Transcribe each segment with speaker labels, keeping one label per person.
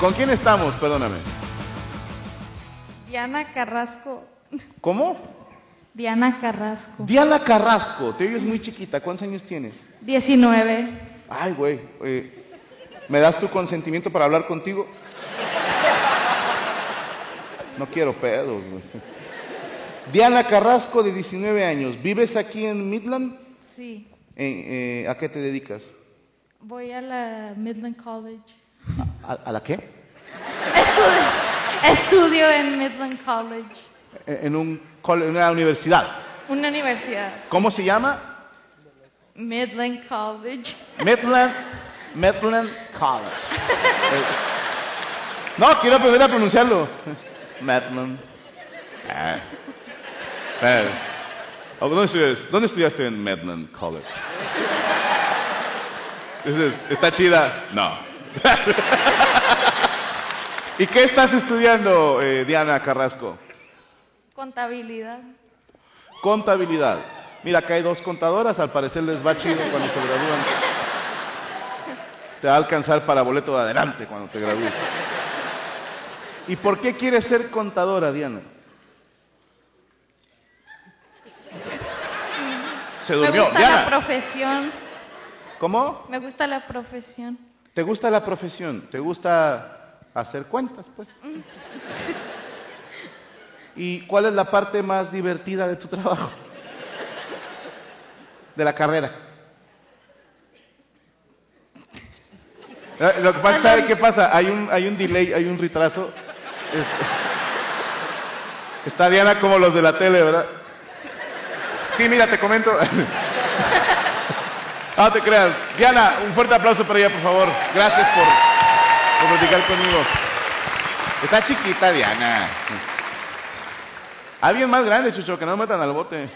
Speaker 1: ¿Con quién estamos? Perdóname.
Speaker 2: Diana Carrasco.
Speaker 1: ¿Cómo?
Speaker 2: Diana Carrasco.
Speaker 1: Diana Carrasco. Te oyes muy chiquita. ¿Cuántos años tienes?
Speaker 2: 19.
Speaker 1: Ay, güey. eh, ¿Me das tu consentimiento para hablar contigo? No quiero pedos, güey. Diana Carrasco, de 19 años. ¿Vives aquí en Midland?
Speaker 2: Sí.
Speaker 1: Eh, eh, ¿A qué te dedicas?
Speaker 2: Voy a la Midland College.
Speaker 1: ¿A, a la qué?
Speaker 2: Estudio, estudio en Midland College,
Speaker 1: Eh, En, un cole- en una universidad.
Speaker 2: una universidad.
Speaker 1: ¿Cómo se llama?
Speaker 2: Midland College.
Speaker 1: Midland, Midland College. Eh, No, quiero aprender a pronunciarlo. Midland. Ah. Eh, ¿Dónde estudiaste? ¿Dónde estudiaste en Midland College? Dices, ¿Está chida? No. ¿Y qué estás estudiando, eh, Diana Carrasco?
Speaker 2: Contabilidad.
Speaker 1: Contabilidad. Mira, acá hay dos contadoras, al parecer les va chido cuando se gradúan. Te va a alcanzar para boleto de adelante cuando te gradúes. ¿Y por qué quieres ser contadora, Diana? Se
Speaker 2: Me
Speaker 1: durmió.
Speaker 2: gusta la
Speaker 1: Diana,
Speaker 2: profesión.
Speaker 1: ¿cómo?
Speaker 2: Me gusta la profesión.
Speaker 1: ¿Te gusta la profesión? ¿Te gusta hacer cuentas, pues? ¿Y cuál es la parte más divertida de tu trabajo? De la carrera. Eh, Lo que pasa, ¿sabe qué pasa? Hay un, hay un delay, hay un retraso. Es- Está Diana como los de la tele, ¿verdad? Sí, mira, te comento. No Ah, te creas. Diana, un fuerte aplauso para ella, por favor. Gracias por, por platicar conmigo. Está chiquita, Diana. Alguien más grande, Chucho, que no me metan al bote.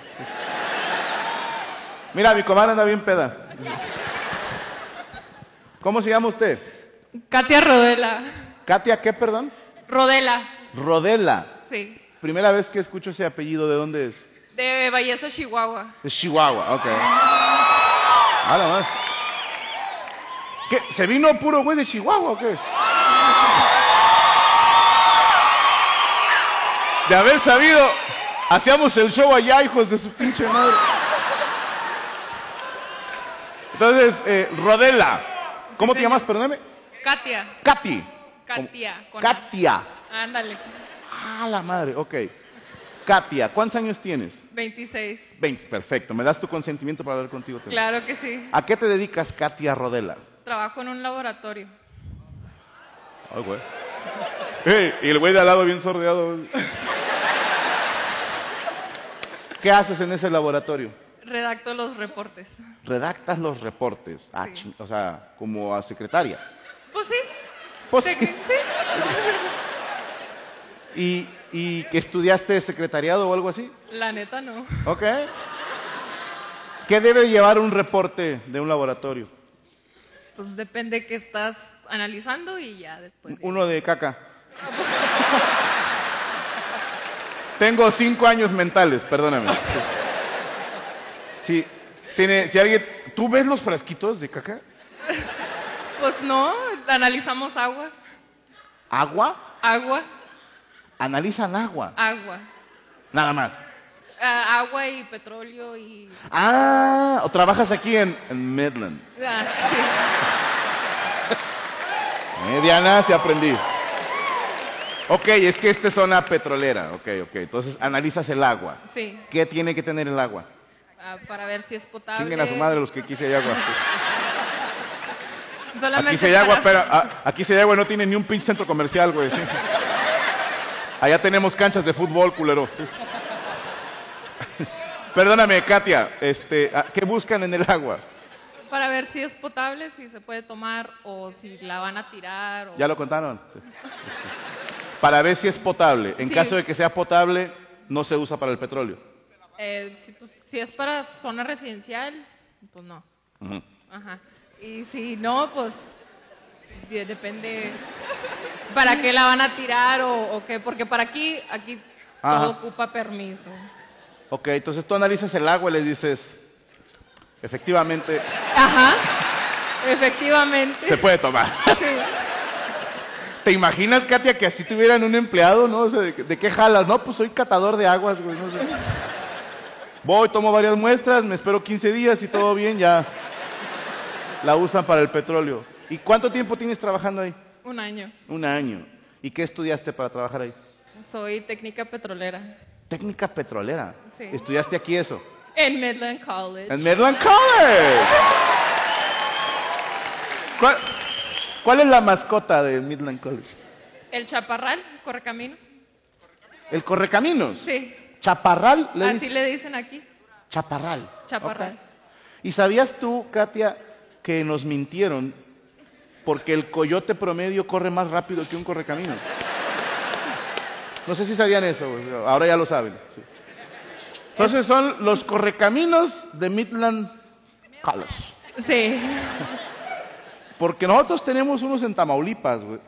Speaker 1: Mira, mi comadre anda bien peda. ¿Cómo se llama usted?
Speaker 3: Katia Rodela.
Speaker 1: Katia, ¿qué, perdón?
Speaker 3: Rodela,
Speaker 1: Rodela.
Speaker 3: sí.
Speaker 1: Primera vez que escucho ese apellido, ¿de dónde es?
Speaker 3: De Valleza, Chihuahua.
Speaker 1: Es Chihuahua, ok. Nada más. ¿Qué? ¿Se vino puro güey de Chihuahua o qué? De haber sabido, hacíamos el show allá, hijos de su pinche madre. Entonces, eh, Rodela. ¿Cómo te llamas? Perdóname.
Speaker 3: Katia.
Speaker 1: Katy.
Speaker 3: Katia, con A.
Speaker 1: Katia.
Speaker 3: Ándale.
Speaker 1: Ah, la madre, ok. Katia, ¿cuántos años tienes?
Speaker 3: 26.
Speaker 1: 20, perfecto. ¿Me das tu consentimiento para hablar contigo? también?
Speaker 3: Claro que sí.
Speaker 1: ¿A qué te dedicas, Katia Rodela?
Speaker 3: Trabajo en un laboratorio.
Speaker 1: Ay, güey. Ey, y el güey de al lado bien sordeado. güey. ¿Qué haces en ese laboratorio?
Speaker 3: Redacto los reportes.
Speaker 1: Redactas los reportes. Ah, ching- o sea, como a secretaria.
Speaker 3: Pues sí.
Speaker 1: Pues,
Speaker 3: sé que- sí.
Speaker 1: ¿Y, ¿Y que estudiaste secretariado o algo así?
Speaker 3: La neta no.
Speaker 1: Ok. ¿Qué debe llevar un reporte de un laboratorio?
Speaker 3: Pues depende que estás analizando y ya después. ya.
Speaker 1: Uno de caca. Tengo cinco años mentales, perdóname. Si, tiene, si alguien. ¿Tú ves los frasquitos de caca?
Speaker 3: Pues no, analizamos agua.
Speaker 1: ¿Agua?
Speaker 3: Agua,
Speaker 1: Analizan agua.
Speaker 3: agua.
Speaker 1: Nada más.
Speaker 3: Ah, agua y petróleo y.
Speaker 1: Ah, o trabajas aquí en, en Midland.
Speaker 3: Ah,
Speaker 1: Eh, Diana, sí aprendí. Ok, es que esta es zona petrolera. Ok, ok. Entonces analizas el agua.
Speaker 3: sí. sí.
Speaker 1: ¿Qué tiene que tener el agua?
Speaker 3: Ah, para ver si es potable.
Speaker 1: Chinguen a su madre los que aquí sí hay agua.
Speaker 3: Solamente
Speaker 1: Aquí se hay agua,
Speaker 3: para-
Speaker 1: pero ah, aquí se hay agua, no tiene ni un pinche centro comercial, güey. sí. Allá tenemos canchas de fútbol, culero. Perdóname, Katia, este, ¿a- ¿qué buscan en el agua?
Speaker 3: Para ver si es potable, si se puede tomar o si la van a tirar. O...
Speaker 1: Ya lo contaron. Para ver si es potable. En
Speaker 3: Sí.
Speaker 1: caso de que sea potable, no se usa para el petróleo.
Speaker 3: Eh, si, pues, si es para zona residencial, pues no. Ajá. Y si no, pues de- depende para qué la van a tirar o, o qué, porque para aquí, aquí
Speaker 1: Ajá.
Speaker 3: todo ocupa permiso.
Speaker 1: Ok, entonces tú analizas el agua y les dices, efectivamente,
Speaker 3: Ajá. Efectivamente.
Speaker 1: se puede tomar. ¿Te imaginas, Katia, que así tuvieran un empleado, no? O sea, ¿de, de qué jalas? No, pues soy catador de aguas, güey. no sé. Voy, tomo varias muestras, me espero 15 días y todo bien, ya. La usan para el petróleo. ¿Y cuánto tiempo tienes trabajando ahí?
Speaker 3: Un año.
Speaker 1: Un año. ¿Y qué estudiaste para trabajar ahí?
Speaker 3: Soy técnica petrolera
Speaker 1: Técnica petrolera.
Speaker 3: Sí.
Speaker 1: ¿Estudiaste aquí eso?
Speaker 3: en Midland College.
Speaker 1: En Maryland College. ¿Cuál, cuál es la mascota de Midland College?
Speaker 3: El Chaparral, Correcamino.
Speaker 1: El correcaminos.
Speaker 3: Sí. Ah,
Speaker 1: Chaparral, le
Speaker 3: Así
Speaker 1: dicen.
Speaker 3: le dicen aquí.
Speaker 1: Chaparral.
Speaker 3: Chaparral.
Speaker 1: Ok. ¿Y sabías tú, Katia, que nos mintieron porque el coyote promedio corre más rápido que un correcaminos? No sé si sabían eso, güey, pero ahora ya lo saben. sí. Entonces son los correcaminos de Midland College.
Speaker 3: Sí.
Speaker 1: Porque nosotros tenemos unos en Tamaulipas, güey.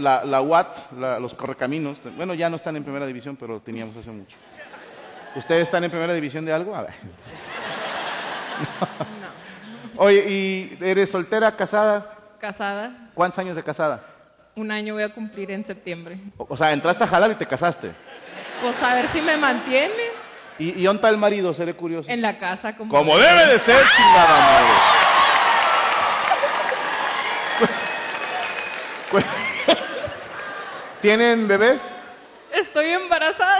Speaker 1: La, la UAT, la- los correcaminos. te- Bueno, ya no están en primera división, pero teníamos hace mucho. ¿Ustedes están en primera división de algo? A ver. Oye, ¿y eres soltera, casada?
Speaker 3: Casada.
Speaker 1: ¿Cuántos años de casada?
Speaker 3: Un año voy a cumplir en septiembre.
Speaker 1: O, o sea, entraste a jalar y te casaste.
Speaker 3: Pues a ver si me mantiene
Speaker 1: ¿Y, y dónde está el marido? Seré curioso.
Speaker 3: en la casa como,
Speaker 1: Como debe de ser, chingada madre. Cu- cu- ¿Tienen bebés?
Speaker 3: Estoy embarazada.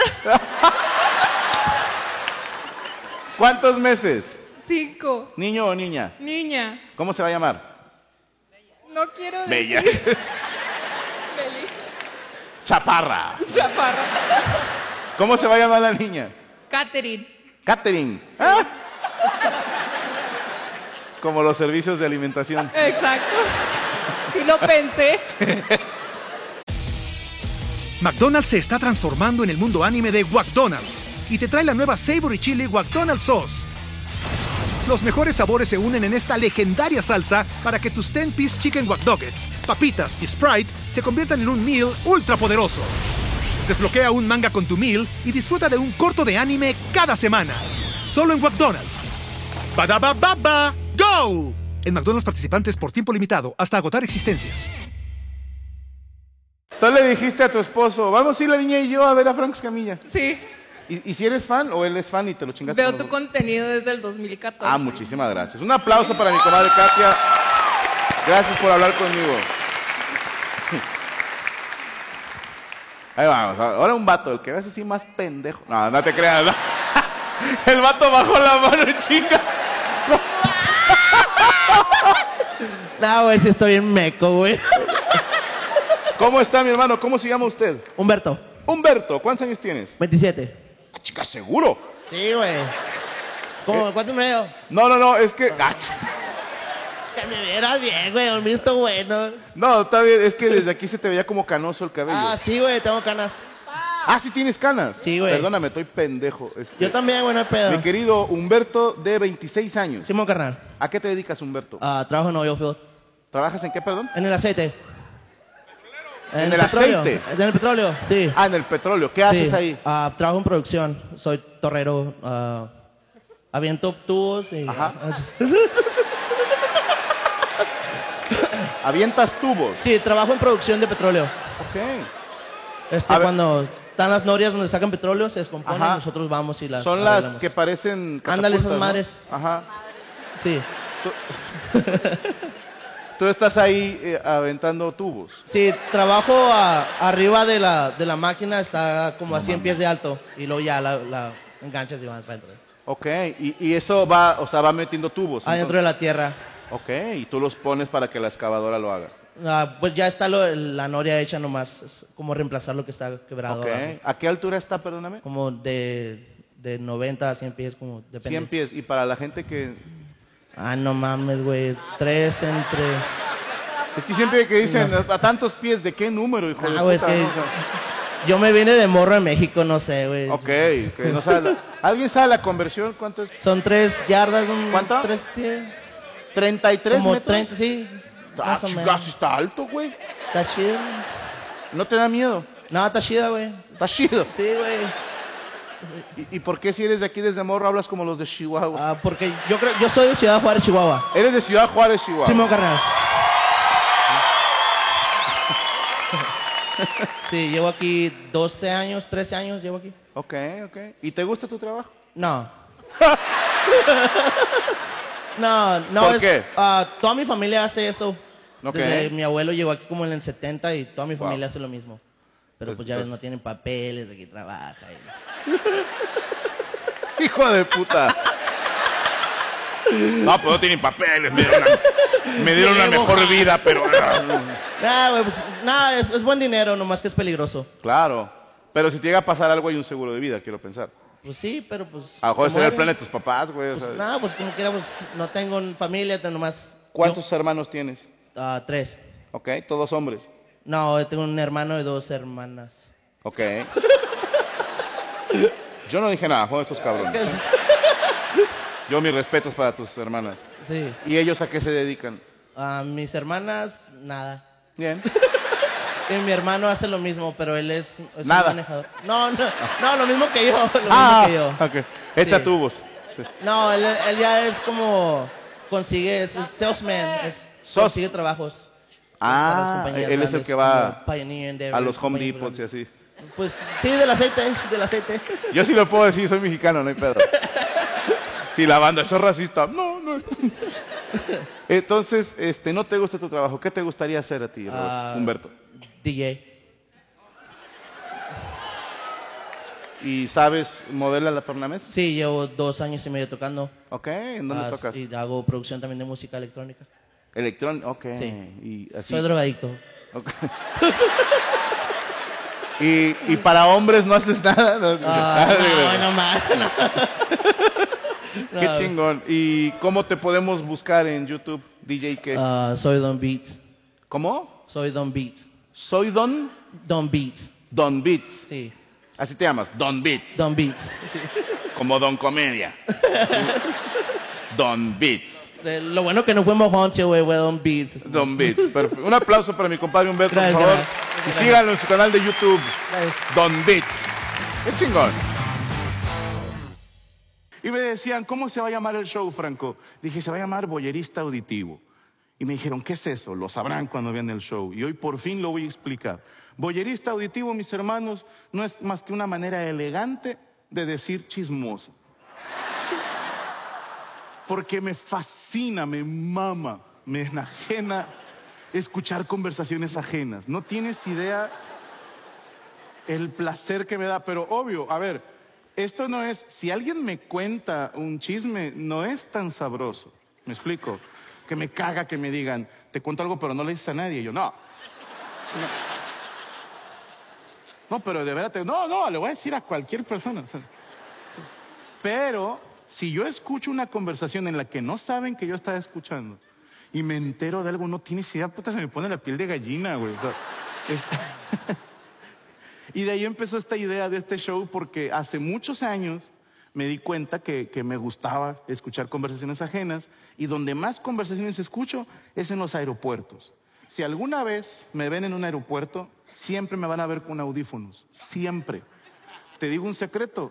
Speaker 1: ¿Cuántos meses?
Speaker 3: Cinco.
Speaker 1: ¿Niño o niña?
Speaker 3: Niña.
Speaker 1: ¿Cómo se va a llamar?
Speaker 3: No quiero decir
Speaker 1: Bella.
Speaker 3: feliz.
Speaker 1: Chaparra.
Speaker 3: Chaparra.
Speaker 1: ¿Cómo se va a llamar la niña?
Speaker 3: Catherine.
Speaker 1: Catherine. Ah. Como los servicios de alimentación.
Speaker 3: Exacto. Sí lo pensé.
Speaker 4: McDonald's se está transformando en el mundo anime de McDonald's y te trae la nueva Savory Chili McDonald's Sauce. Los mejores sabores se unen en esta legendaria salsa para que tus 10-piece chicken Wack Doggets, papitas y Sprite se conviertan en un meal ultra poderoso. Desbloquea un manga con tu meal y disfruta de un corto de anime cada semana. Solo en McDonald's. Badaba baba, go. En McDonald's participantes por tiempo limitado hasta agotar existencias.
Speaker 1: Tú le dijiste a tu esposo, vamos a ir la niña y yo a ver a Franco Camilla.
Speaker 3: Sí.
Speaker 1: ¿Y, y si eres fan o él es fan y te lo chingaste?
Speaker 3: Veo
Speaker 1: con
Speaker 3: tu
Speaker 1: los dos?
Speaker 3: contenido desde el 2014.
Speaker 1: Ah, muchísimas gracias. Un aplauso para mi comadre Katia. Gracias por hablar conmigo. Ahí vamos. Ahora un vato, el que ves así más pendejo. No, no te creas. no. El vato bajó la mano, chica.
Speaker 5: No, güey, sí estoy bien meco, güey.
Speaker 1: ¿Cómo está mi hermano? ¿Cómo se llama usted?
Speaker 5: Humberto,
Speaker 1: Humberto, ¿cuántos años tienes?
Speaker 5: 27.
Speaker 1: Ah, Chica, seguro.
Speaker 5: Sí, güey. ¿Cómo? ¿Cuánto me veo?
Speaker 1: No, no, no, es que. Ah, ch-
Speaker 5: Que me vieras bien, güey. Un visto bueno.
Speaker 1: No, está bien, es que desde aquí se te veía como canoso el cabello.
Speaker 5: Ah, sí, güey. Tengo canas.
Speaker 1: Ah, sí tienes canas.
Speaker 5: Sí, güey.
Speaker 1: Perdóname, estoy pendejo. Este,
Speaker 5: Yo también, güey. No hay pedo.
Speaker 1: Mi querido Humberto, de 26 años.
Speaker 5: Simón Carnal.
Speaker 1: ¿A qué te dedicas, Humberto?
Speaker 5: Ah, trabajo en oil field.
Speaker 1: ¿Trabajas en qué, perdón?
Speaker 5: En el aceite.
Speaker 1: ¿En el
Speaker 5: petróleo.
Speaker 1: aceite?
Speaker 5: En el petróleo, sí.
Speaker 1: Ah, en el petróleo. ¿Qué haces
Speaker 5: Sí.
Speaker 1: ahí?
Speaker 5: Ah, trabajo en producción. Soy torrero. ah, aviento tubos y...
Speaker 1: Ajá. Avientas tubos.
Speaker 5: Sí, trabajo en producción de petróleo.
Speaker 1: Ok.
Speaker 5: Este,
Speaker 1: A ver.
Speaker 5: cuando están las norias donde sacan petróleo, se descomponen
Speaker 1: Ajá.
Speaker 5: y nosotros vamos y las
Speaker 1: Son las
Speaker 5: arreglamos.
Speaker 1: que parecen.
Speaker 5: Ándale,
Speaker 1: catapultas,
Speaker 5: esas
Speaker 1: ¿no?
Speaker 5: madres.
Speaker 1: Ajá.
Speaker 5: Sí,
Speaker 1: Tú estás ahí eh, aventando tubos.
Speaker 5: sí, trabajo a- arriba de la, de la máquina, está como a 100 pies de alto y luego ya la, la enganchas y van para adentro. Ah,
Speaker 1: Ok. Y, y eso va, o sea, va metiendo tubos.
Speaker 5: Adentro de la tierra.
Speaker 1: entonces. Ok. Y tú los pones para que la excavadora lo haga.
Speaker 5: Ah, pues ya está lo- la noria hecha nomás, es como reemplazar lo que está quebrado.
Speaker 1: Ok.
Speaker 5: abajo.
Speaker 1: ¿A qué altura está, perdóname?
Speaker 5: Como de, de 90 a 100 pies, como depende.
Speaker 1: 100 pies. Y para la gente que...
Speaker 5: Ah, no mames, güey. Tres entre...
Speaker 1: Es que siempre que dicen, a tantos pies, ¿de qué número, hijo de
Speaker 5: Ah, güey, es
Speaker 1: puta?",
Speaker 5: que
Speaker 1: ¿no? O sea,
Speaker 5: yo me vine de morro a México, no sé, güey.
Speaker 1: Ok, ok, no sabe la- ¿Alguien sabe la conversión? ¿Cuánto es?
Speaker 5: Son tres yardas, un,
Speaker 1: ¿Cuánto?
Speaker 5: tres pies.
Speaker 1: 33
Speaker 5: como
Speaker 1: metros.
Speaker 5: 30, sí.
Speaker 1: Ah,
Speaker 5: Más o
Speaker 1: chinga, sí
Speaker 5: menos.
Speaker 1: está alto, güey.
Speaker 5: Está chido.
Speaker 1: ¿No te da miedo?
Speaker 5: No, está chida, güey.
Speaker 1: Está chido.
Speaker 5: Sí, güey.
Speaker 1: ¿Y, y por qué si eres de aquí desde morro hablas como los de Chihuahua?
Speaker 5: Ah, porque yo creo, yo soy de Ciudad Juárez, Chihuahua.
Speaker 1: Eres de Ciudad Juárez, Chihuahua.
Speaker 5: Simón Carnal. Sí, llevo aquí 12 años, 13 años llevo aquí.
Speaker 1: ok, ok. ¿Y te gusta tu trabajo?
Speaker 5: No. No, no
Speaker 1: ¿Por
Speaker 5: es.
Speaker 1: qué?
Speaker 5: ah, toda mi familia hace eso.
Speaker 1: Ok.
Speaker 5: Desde mi abuelo llegó aquí como en el 70 y toda mi
Speaker 1: Wow.
Speaker 5: familia hace lo mismo. Pero
Speaker 1: Pues,
Speaker 5: pues ya ves,
Speaker 1: pues-
Speaker 5: no tienen papeles, aquí trabaja. y-
Speaker 1: Hijo de puta. No, pues no tienen papeles, me dieron una, me dieron la mejor vida, pero... ah.
Speaker 5: Nah, güey, pues, nah, es, es buen dinero, nomás que es peligroso.
Speaker 1: Claro, pero si te llega a pasar algo hay un seguro de vida, quiero pensar.
Speaker 5: Pues sí, pero pues.
Speaker 1: A lo mejor
Speaker 5: te
Speaker 1: ese era el
Speaker 5: mueres.
Speaker 1: plan de tus papás, güey. o
Speaker 5: Pues
Speaker 1: sea.
Speaker 5: nada, pues como quiera, pues no tengo familia, tengo nomás.
Speaker 1: ¿Cuántos hermanos tienes?
Speaker 5: yo- ah, tres.
Speaker 1: Ok, todos hombres.
Speaker 5: No, tengo un hermano y dos hermanas.
Speaker 1: Ok. Yo no dije nada, fueron estos cabrones. Yo mis respetos para tus hermanas.
Speaker 5: Sí.
Speaker 1: ¿Y ellos a qué se dedican?
Speaker 5: A mis hermanas, nada.
Speaker 1: Bien.
Speaker 5: Y mi hermano hace lo mismo, pero él es, es un
Speaker 1: Nada.
Speaker 5: manejador. No, no, no, lo mismo que yo. Lo mismo que yo.
Speaker 1: Ah, ok. Echa
Speaker 5: Sí.
Speaker 1: tubos. Sí.
Speaker 5: No, él, él ya es como consigue, es, es salesman, es,
Speaker 1: Sos.
Speaker 5: consigue trabajos.
Speaker 1: Ah,
Speaker 5: las compañías
Speaker 1: él es el
Speaker 5: grandes,
Speaker 1: que va
Speaker 5: como Pioneer, Endeavor,
Speaker 1: A los Home
Speaker 5: compañías
Speaker 1: Depots y
Speaker 5: grandes.
Speaker 1: así.
Speaker 5: Pues sí, del aceite, del aceite.
Speaker 1: Yo sí lo puedo decir, soy mexicano, no hay pedo. Si la banda, soy racista. No, no. Entonces, este, no te gusta tu trabajo. ¿Qué te gustaría hacer a ti, Robert-
Speaker 5: Ah.
Speaker 1: Humberto?
Speaker 5: DJ.
Speaker 1: ¿Y sabes modela la tornamesa?
Speaker 5: Sí, llevo dos años y medio tocando.
Speaker 1: Ok, ¿en dónde
Speaker 5: Ah,
Speaker 1: tocas?
Speaker 5: Y hago producción también de música electrónica.
Speaker 1: Electrón, ok.
Speaker 5: Sí.
Speaker 1: Y, así.
Speaker 5: Soy drogadicto.
Speaker 1: Ok. y, y para hombres no haces nada. No, no.
Speaker 5: Ah,
Speaker 1: Ah, sí,
Speaker 5: no, no, man.
Speaker 1: Qué
Speaker 5: no.
Speaker 1: chingón. ¿Y cómo te podemos buscar en YouTube, DJ qué?
Speaker 5: Ah, soy Don Beats.
Speaker 1: ¿Cómo?
Speaker 5: Soy Don Beats.
Speaker 1: Soy Don
Speaker 5: Don Beats.
Speaker 1: Don Beats.
Speaker 5: Sí.
Speaker 1: Así te llamas, Don Beats.
Speaker 5: Don Beats.
Speaker 1: Como Don Comedia. Don Beats.
Speaker 5: Eh, Lo bueno que no fue Mojoncio, güey, fue Don Beats.
Speaker 1: Don Beats. Perfecto. Un aplauso para mi compadre Humberto,
Speaker 5: Gracias,
Speaker 1: por favor.
Speaker 5: gracias.
Speaker 1: Y síganlo en su canal de YouTube.
Speaker 5: Gracias.
Speaker 1: Don Beats. Qué chingón. Y me decían, ¿cómo se va a llamar el show, Franco? Dije, se va a llamar Boyerista Auditivo. Y me dijeron, ¿qué es eso? Lo sabrán cuando vean el show. Y hoy por fin lo voy a explicar. Boyerista Auditivo, mis hermanos, no es más que una manera elegante de decir chismoso. Sí. Porque me fascina, me mama, me enajena escuchar conversaciones ajenas. No tienes idea el placer que me da, pero obvio, a ver, esto no es, si alguien me cuenta un chisme, no es tan sabroso, me explico, que me caga que me digan, te cuento algo pero no le dices a nadie, y yo no. no. No, pero de verdad, te- no, no, le voy a decir a cualquier persona. o sea. Pero si yo escucho una conversación en la que no saben que yo estaba escuchando y me entero de algo, no tienes idea, puta, se me pone la piel de gallina, güey. o sea, es- y de ahí empezó esta idea de este show porque hace muchos años me di cuenta que, que me gustaba escuchar conversaciones ajenas y donde más conversaciones escucho es en los aeropuertos. Si alguna vez me ven en un aeropuerto, siempre me van a ver con audífonos, siempre. Te digo un secreto,